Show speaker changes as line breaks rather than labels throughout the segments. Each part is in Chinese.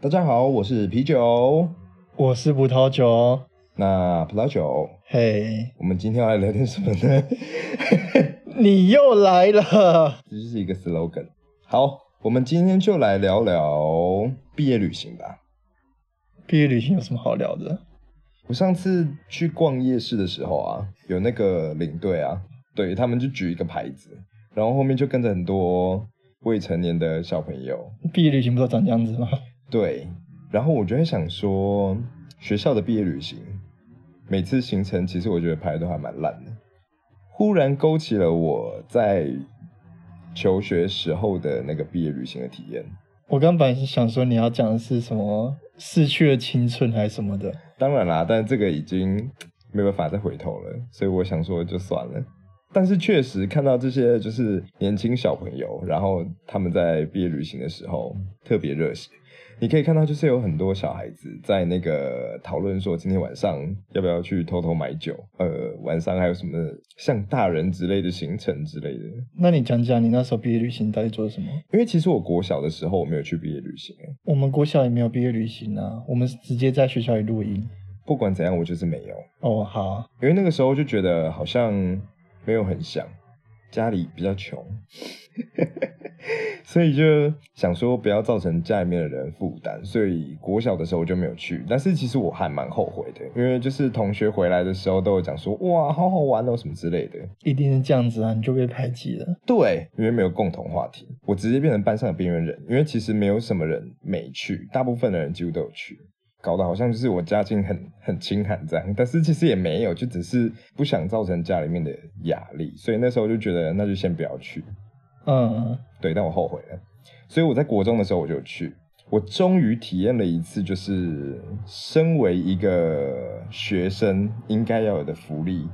大家好，我是啤酒，
我是葡萄酒，哦
那葡萄酒，
嘿、
我们今天要来聊点什么呢？
你又来了。
这就是一个 slogan。好，我们今天就来聊聊毕业旅行吧。
毕业旅行有什么好聊的？
我上次去逛夜市的时候啊，有那个领队啊，对他们就举一个牌子，然后后面就跟着很多未成年的小朋友，
毕业旅行不都长这样子吗？
对，然后我就会想说，学校的毕业旅行，每次行程其实我觉得排得都还蛮烂的。忽然勾起了我在求学时候的那个毕业旅行的体验。
我刚本来是想说你要讲的是什么逝去的青春还是什么的，
当然啦，但这个已经没办法再回头了，所以我想说就算了。但是确实看到这些就是年轻小朋友，然后他们在毕业旅行的时候特别热血。你可以看到，就是有很多小孩子在那个讨论说，今天晚上要不要去偷偷买酒？呃，晚上还有什么像大人之类的行程之类的。
那你讲讲你那时候毕业旅行到底做了什么？
因为其实我国小的时候我没有去毕业旅行，
我们国小也没有毕业旅行啊，我们是直接在学校里录音。
不管怎样，我就是没有。
哦，好，
因为那个时候就觉得好像没有很想，家里比较穷， 所以就想说不要造成家里面的人负担，所以国小的时候就没有去。但是其实我还蛮后悔的，因为就是同学回来的时候都有讲说哇好好玩哦什么之类的，
一定是这样子啊，你就被排挤了。
对，因为没有共同话题，我直接变成班上的边缘人。因为其实没有什么人没去，大部分的人几乎都有去，搞得好像就是我家境很很清寒这样，但是其实也没有，就只是不想造成家里面的压力，所以那时候就觉得那就先不要去。
嗯，
对，但我后悔了，所以我在国中的时候我就有去，我终于体验了一次，就是身为一个学生应该要有的福利。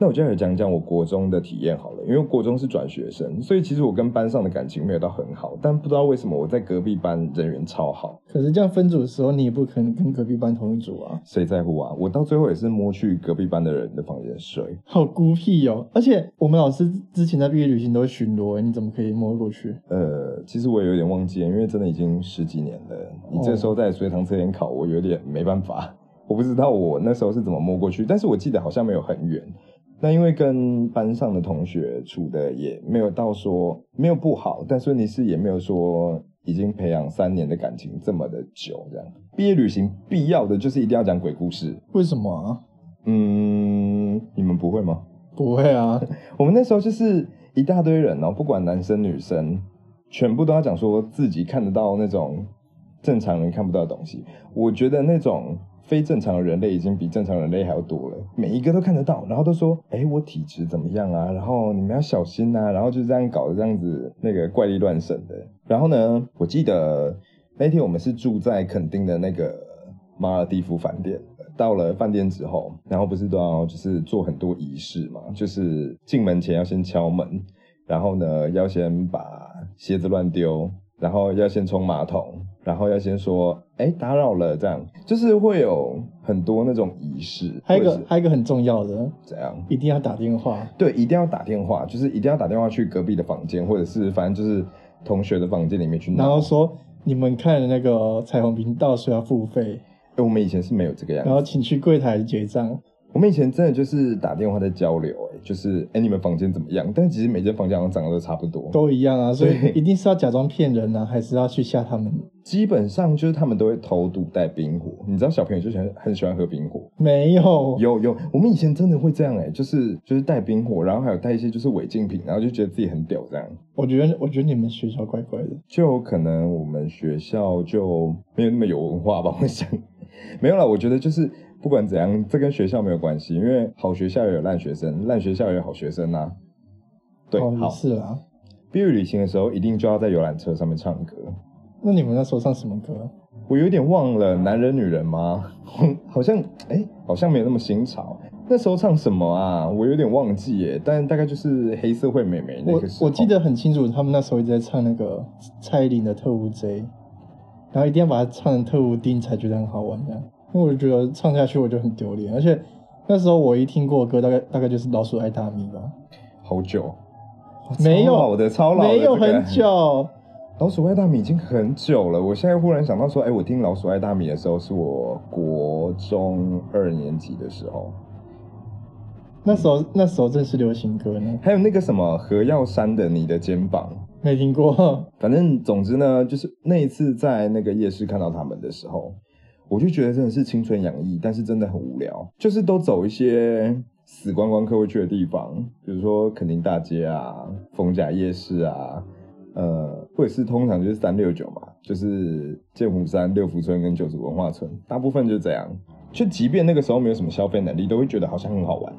那我就来讲讲我国中的体验好了，因为我国中是转学生，所以其实我跟班上的感情没有到很好，但不知道为什么我在隔壁班人缘超好，
可是这样分组的时候，你也不可能跟隔壁班同一组啊。
谁在乎啊？我到最后也是摸去隔壁班的人的房间睡，
好孤僻哦！而且我们老师之前在毕业旅行都会巡逻，你怎么可以摸过去？
呃，其实我也有点忘记了，因为真的已经十几年了。你这时候在随堂测验考，我有点没办法，我不知道我那时候是怎么摸过去，但是我记得好像没有很远。那因为跟班上的同学处的也没有到说没有不好，但是问题是也没有说已经培养三年的感情这么的久这样。毕业旅行必要的就是一定要讲鬼故事，
为什么啊？
嗯，你们不会吗？
不会啊，
我们那时候就是一大堆人哦，不管男生女生，全部都要讲说自己看得到那种正常人看不到的东西。我觉得那种非正常的人类已经比正常人类还要多了，每一个都看得到，然后都说：“哎，我体质怎么样啊？然后你们要小心啊！”然后就这样搞得这样子那个怪力乱神的。然后呢，我记得那天我们是住在垦丁的那个马尔蒂夫饭店。到了饭店之后，然后不是都要就是做很多仪式嘛，就是进门前要先敲门，然后呢要先把鞋子乱丢，然后要先冲马桶，然后要先说哎打扰了这样，就是会有很多那种仪式，
还有一
或者
个
是
还有一个很重要的，
怎样？
一定要打电话。
对，一定要打电话，就是一定要打电话去隔壁的房间，或者是反正就是同学的房间里面去闹。
然后说你们看的那个彩虹频道是要付费，
哎我们以前是没有这个样子
然，后请去柜台结账。
我们以前真的就是打电话在交流、哎，就是哎、你们房间怎么样？但其实每间房间好像长得都差不多，
都一样啊，所以
对
一定是要假装骗人啊，还是要去吓他们？
基本上就是他们都会偷渡带冰火。你知道小朋友就喜欢很喜欢喝冰火，
没有，
有有，我们以前真的会这样哎、就是就是带冰火，然后还有带一些就是违禁品，然后就觉得自己很屌这样。
我觉得我觉得你们学校怪怪的。
就可能我们学校就没有那么有文化吧，我想。没有啦，我觉得就是不管怎样，这跟学校没有关系，因为好学校也有烂学生，烂学校也有好学生呐、啊对，
哦，也
好。
是啊。
毕业旅行的时候，一定就要在游览车上面唱歌。
那你们那时候唱什么啊歌？
我有点忘了男人女人吗？ 好像哎、好像没有那么新潮。那时候唱什么啊？我有点忘记耶，但大概就是黑社会美眉那
我
个时候。
我记得很清楚，他们那时候一直在唱那个蔡依林的《特务 J》，然后一定要把它唱成特务丁才觉得很好玩这样。因为我就觉得唱下去我就很丢脸，而且那时候我一听过的歌，大概大概就是《老鼠爱大米》吧，
好久，
没有
超老的超老的、
没有
这个
很久。
老鼠爱大米已经很久了，我现在忽然想到说，哎、我听老鼠爱大米的时候是我国中二年级的时候，
那时候那时候正是流行歌呢，
还有那个什么何耀珊的《你的肩膀》。
没听过。
反正总之呢，就是那一次在那个夜市看到他们的时候，我就觉得真的是青春洋溢，但是真的很无聊，就是都走一些死观光客会去的地方，比如说垦丁大街啊、逢甲夜市啊，呃，或者是通常就是三六九嘛，就是剑湖山、六福村跟九族文化村，大部分就这样。就即便那个时候没有什么消费能力，都会觉得好像很好玩，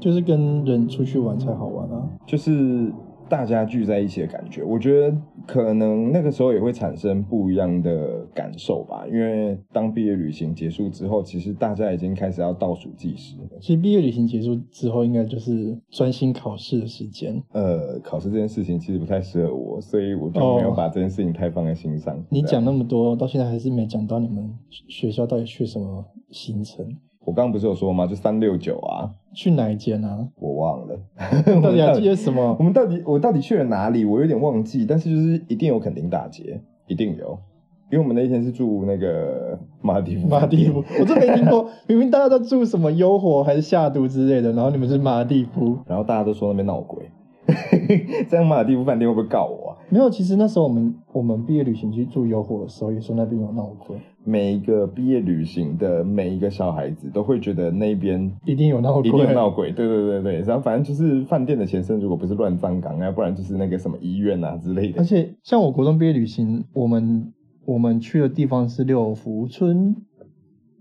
就是跟人出去玩才好玩啊。
就是大家聚在一起的感觉。我觉得可能那个时候也会产生不一样的感受吧，因为当毕业旅行结束之后，其实大家已经开始要倒数计时了。
其实毕业旅行结束之后，应该就是专心考试的时间。
呃，考试这件事情其实不太适合我，所以我就没有
哦
把这件事情太放在心上。
你
对啊
讲那么多，到现在还是没讲到你们学校到底去什么行程，
我刚刚不是有说吗？就三六九啊，
去哪一间啊？
我忘了。
到底还
我们到
记
底
得什么
我？们到底 我到底去了哪里？我有点忘记，但是就是一定有垦丁大街，一定有，因为我们那天是住那个马蒂夫
马蒂夫，我真没听过。明明大家都住什么幽火还是下毒之类的，然后你们是马蒂夫。
然后大家都说那边闹鬼， 这样马尔蒂夫饭店会不会告我啊？
没有，其实那时候我们我们毕业旅行去住幽火的时候，也说那边有闹鬼，
每一个毕业旅行的每一个小孩子都会觉得那边
一定有闹
一
鬼，
定有闹鬼，对对对对，然后反正就是饭店的前身，如果不是乱葬岗，要不然就是那个什么医院啊之类
而
的。
且像我国中毕业旅行，我们我们去的地方是六福村，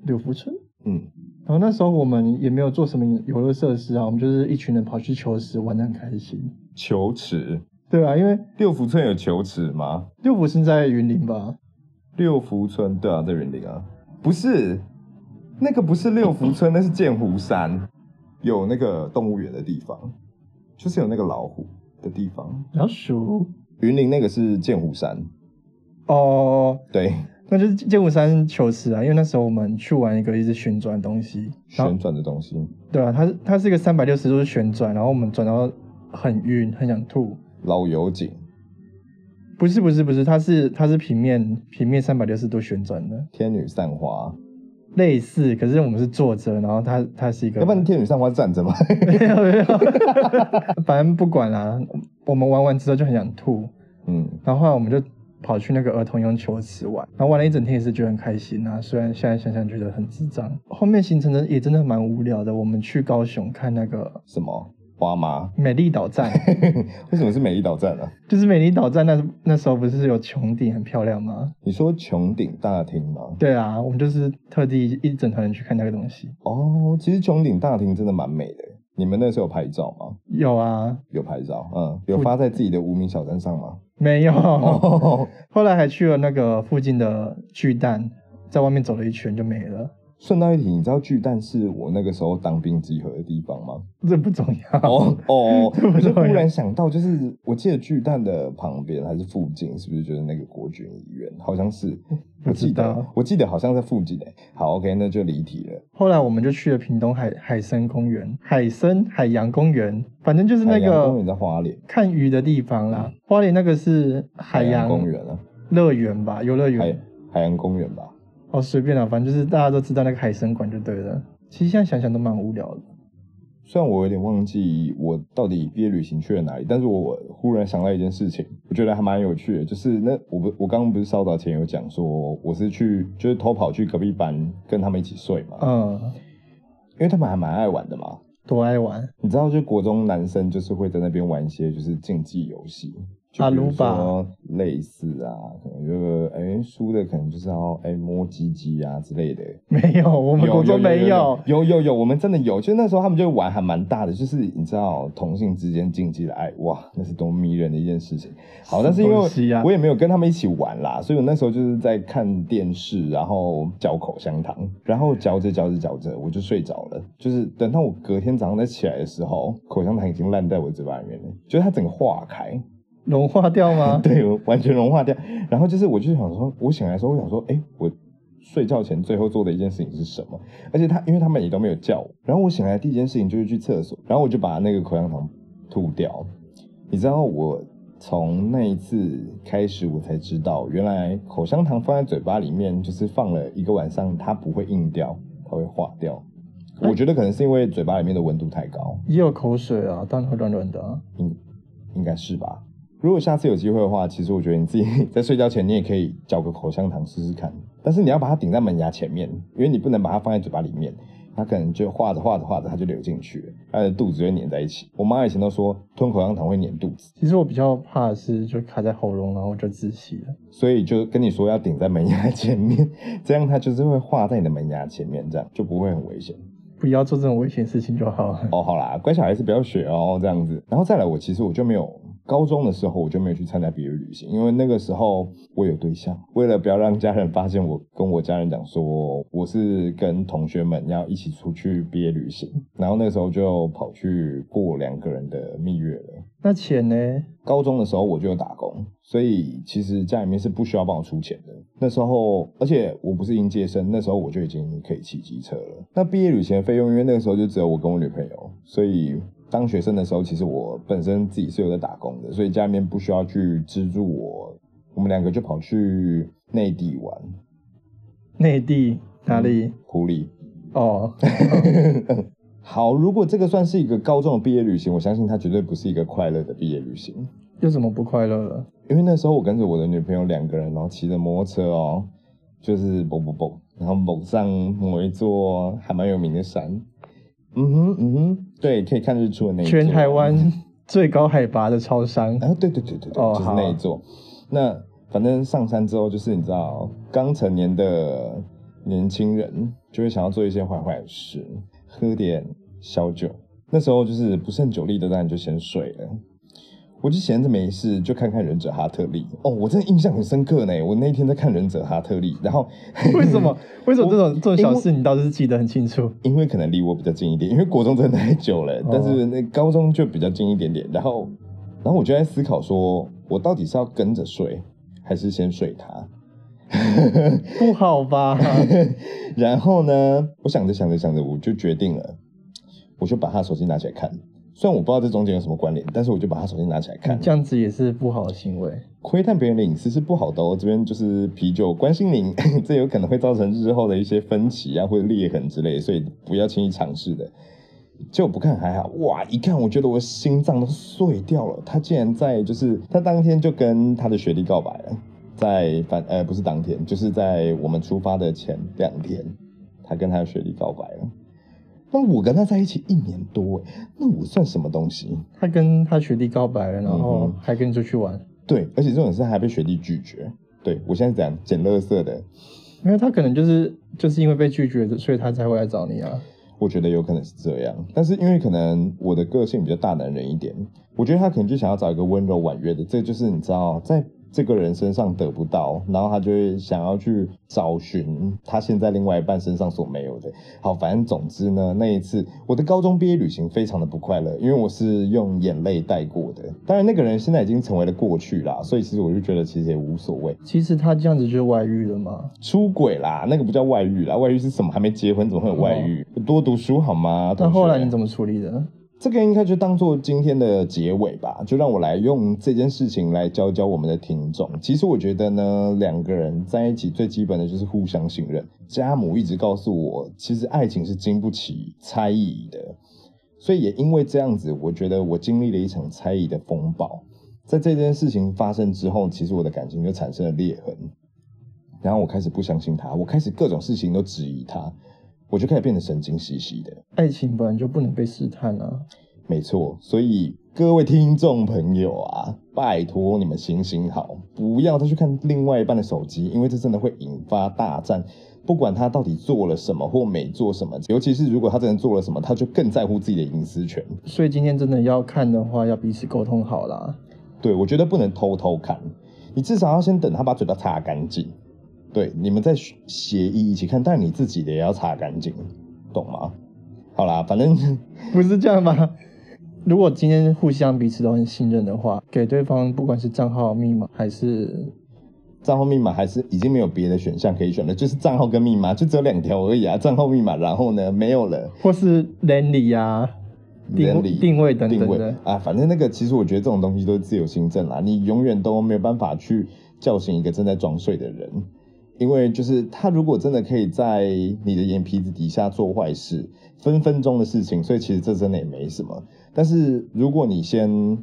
六福村。
嗯，
然后那时候我们也没有做什么游乐设施啊，我们就是一群人跑去球池玩的很开心。
球池，
对啊，因为
六福村有球池吗？
六福村在云林吧？
六福村，对啊，在云林啊，不是，那个不是六福 村，那是剑湖山，有那个动物园的地方，就是有那个老虎的地方。
老鼠
云林那个是剑湖山，
哦，
对，
那就是剑湖山球池啊，因为那时候我们去玩一个一直旋转的东西， 然后
旋转的东西，
对啊，它是它是一个三百六十度的旋转，然后我们转到很晕，很想吐。
老油井，
不是不是不是，它是它是平面平面三百六十度旋转的，
天女散花，
类似，可是我们是坐着，然后它它是一个，
要不然天女散花站着吗？
没有没有，反正不管啦。我们玩完之后就很想吐，
嗯，
然后后来我们就跑去那个儿童用球池玩，然后玩了一整天也是觉得很开心啊。虽然现在想想觉得很智障，后面行程真的也真的蛮无聊的。我们去高雄看那个
什么花妈？
美丽岛站，
为什么是美丽岛站啊？
就是美丽岛站那那时候不是有穹顶很漂亮吗？
你说穹顶大厅吗？
对啊，我们就是特地一整团人去看那个东西。
哦，其实穹顶大厅真的蛮美的。你们那时候有拍照吗？
有啊，
有拍照，嗯，有发在自己的无名小站上吗？
没有。
哦，
后来还去了那个附近的巨蛋，在外面走了一圈就没了，
顺道一提，你知道巨蛋是我那个时候当兵集合的地方吗？
这不重要。
哦哦，
这么
我就忽
重要
然想到，就是我记得巨蛋的旁边还是附近，是不是就是那个国军医院？好像是，我
不
记
知道
得，我记得好像在附近诶。欸好，OK，那就离题了。
后来我们就去了屏东海海参公园、海参海洋公园，反正就是那
海洋公园
个
在花莲，嗯
看鱼的地方啦。花莲那个是海
洋
洋
公园啊，
乐园吧，游乐
海
园
海洋公园吧。
哦，随便啦，反正就是大家都知道那个海参馆就对了。其实现在想想都蛮无聊的。
虽然我有点忘记我到底毕业旅行去了哪里，但是我我忽然想到一件事情，我觉得还蛮有趣的，就是那我不我刚刚不是稍早前有讲说我是去就是偷跑去隔壁班跟他们一起睡嘛，
嗯，
因为他们还蛮爱玩的嘛，
多爱玩，
你知道，就国中男生就是会在那边玩一些就是竞技游戏，就
阿
比
鲁
如
巴
说类似啊，可能就是哎输的可能就是要哎摸鸡鸡啊之类的。
没有，我
我
们国中没有。
有有有，我们真的有，就那时候他们就玩还蛮大的，就是你知道同性之间竞技的爱，哇，那是多迷人的一件事情。好，但是因
东西
为
啊
我也没有跟他们一起玩啦，所以我那时候就是在看电视，然后嚼口香糖，然后嚼着嚼着嚼着我就睡着了。就是等到我隔天早上再起来的时候，口香糖已经烂在我嘴巴里面了，就是它整个化开，
融化掉吗？
对，完全融化掉。然后就是，我就想说，我醒来的时候，我想说，哎、我睡觉前最后做的一件事情是什么？而且他，因为他们也都没有叫我，然后我醒来的第一件事情就是去厕所，然后我就把那个口香糖吐掉。你知道我从那一次开始，我才知道，原来口香糖放在嘴巴里面，就是放了一个晚上，它不会硬掉，它会化掉。
哎
我觉得可能是因为嘴巴里面的温度太高，
也有口水啊，当然会软软的、啊。
应应该是吧。如果下次有机会的话，其实我觉得你自己 在睡觉前，你也可以嚼个口香糖试试看。但是你要把它顶在门牙前面，因为你不能把它放在嘴巴里面，它可能就化着化着化着，它就流进去了，它的肚子就会粘在一起。我妈以前都说吞口香糖会粘肚子，
其实我比较怕的是就卡在喉咙，然后就窒息了。
所以就跟你说要顶在门牙前面， 这样它就是会化在你的门牙前面，这样就不会很危险。
不要做这种危险事情就好了。
哦，好啦，乖小孩子不要学哦，这样子。然后再来，我其实我就没有高中的时候我就没有去参加毕业旅行，因为那个时候我有对象，为了不要让家人发现我跟我家人讲说我是跟同学们要一起出去毕业旅行，然后那时候就跑去过两个人的蜜月了。
那钱呢？
高中的时候我就有打工，所以其实家里面是不需要帮我出钱的。那时候，而且我不是应届生，那时候我就已经可以骑机车了。那毕业旅行的费用，因为那个时候就只有我跟我女朋友，所以当学生的时候，其实我本身自己是有在打工的，所以家里面不需要去资助我。我们两个就跑去内地玩，
内地哪里？
湖里。
哦，
好，如果这个算是一个高中的毕业旅行，我相信它绝对不是一个快乐的毕业旅行。
又怎么不快乐了？
因为那时候我跟着我的女朋友两个人，然后骑着摩托车哦，就是蹦蹦蹦，然后蹦上某一座还蛮有名的山。嗯哼，嗯哼，对，可以看日出的那一座。
全台湾最高海拔的超商，
啊，对对对对对，
哦
就是那一座。那反正上山之后，就是你知道，刚成年的年轻人就会想要做一些坏坏的事，喝点小酒。那时候就是不胜酒力的，当然就先睡了。我就闲着没事，就看看《忍者哈特利》哦，我真的印象很深刻呢。我那天在看《忍者哈特利》，然后
为什么？为什么这种这种小
因为
事你倒是记得很清楚？
因为可能离我比较近一点，因为 国中真的太久了，但是那高中就比较近一点点。然后，然后我就在思考说，我到底是要跟着睡，还是先睡他？
不好吧？
然后呢，我想着想着想着，我就决定了，我就把他的手机拿起来看。虽然我不知道这中间有什么关联，但是我就把他手机拿起来看。
这样子也是不好的行为。
窥探别人的隐私是不好的哦。这边就是啤酒关心您， 这有可能会造成日后的一些分歧啊，或者裂痕之类，所以不要轻易尝试的。结果不看还好，哇！一看我觉得我心脏都碎掉了。他竟然在就是他当天就跟他的学弟告白了，在反呃不是当天，就是在我们出发的前两天，他跟他的学弟告白了。那我跟他在一起一年多，欸那我算什么东西？
他跟他学弟告白了，然后
嗯哼
还跟你出去玩，
对，而且这种事还被学弟拒绝。对我现在是讲捡垃圾的，
因为他可能就是就是因为被拒绝的，所以他才会来找你啊。
我觉得有可能是这样，但是因为可能我的个性比较大男人一点，我觉得他可能就想要找一个温柔婉约的，这就是你知道，在这个人身上得不到，然后他就会想要去找寻他现在另外一半身上所没有的。好，反正总之呢，那一次我的高中毕业旅行非常的不快乐，因为我是用眼泪带过的。当然，那个人现在已经成为了过去啦，所以其实我就觉得其实也无所谓。
其实他这样子就是外遇了嘛。
出轨啦，那个不叫外遇啦，外遇是什么？还没结婚怎么会有外遇？多读书好吗？
那
同学
哦后来你怎么处理的？
这个应该就当做今天的结尾吧，就让我来用这件事情来教教我们的听众。其实我觉得呢，两个人在一起最基本的就是互相信任。家母一直告诉我，其实爱情是经不起猜疑的，所以也因为这样子，我觉得我经历了一场猜疑的风暴。在这件事情发生之后，其实我的感情就产生了裂痕，然后我开始不相信他，我开始各种事情都质疑他，我就开始变得神经兮兮的。
爱情本来就不能被试探啊。
没错，所以各位听众朋友啊，拜托你们行行好，不要再去看另外一半的手机，因为这真的会引发大战。不管他到底做了什么或没做什么，尤其是如果他真的做了什么，他就更在乎自己的隐私权。
所以今天真的要看的话，要彼此沟通好啦。
对我觉得不能偷偷看，你至少要先等他把嘴巴擦干净。对，你们再协议一起看，但你自己的也要擦干净，懂吗？好啦，反正
不是这样吗？如果今天互相彼此都很信任的话，给对方不管是账号密码还是
账号密码还是已经没有别的选项可以选了，就是账号跟密码就只有两条而已啊，账号密码，然后呢没有了，
或是 Lenny 啊，
原理、
定位等等
定位
的
啊，反正那个其实我觉得这种东西都是自由行政啦，你永远都没有办法去叫醒一个正在装睡的人，因为就是他如果真的可以在你的眼皮子底下做坏事，分分钟的事情，所以其实这真的也没什么。但是如果你先，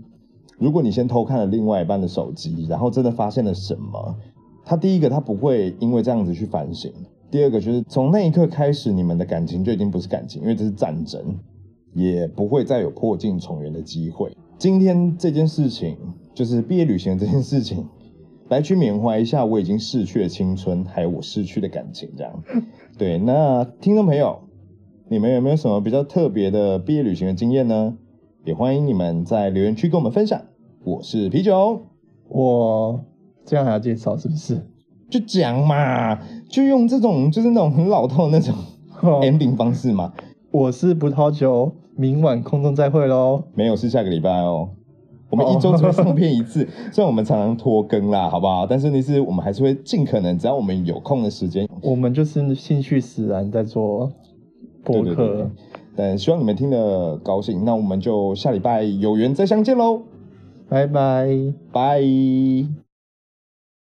如果你先偷看了另外一半的手机，然后真的发现了什么，他第一个他不会因为这样子去反省，第二个就是从那一刻开始，你们的感情就已经不是感情，因为这是战争，也不会再有破镜重圆的机会。今天这件事情，就是毕业旅行这件事情， 来去缅怀一下我已经逝去的青春，还有我逝去的感情，这样。对，那听众朋友，你们有没有什么比较特别的毕业旅行的经验呢？也欢迎你们在留言区跟我们分享。我是啤酒，
我这样还要介绍是不是？
就讲嘛，就用这种就是那种很老套的那种 ending 方式嘛。
哦我是葡萄酒，明晚空中再会喽。
没有，是下个礼拜哦。我们一周只会上片一次，虽然我们常常拖更啦，好不好？但是问题是我们还是会尽可能，只要我们有空的时间，
我们就是兴趣使然在做播
对对对
客，
但希望你们听得高兴。那我们就下礼拜有缘再相见喽，
拜拜。
拜。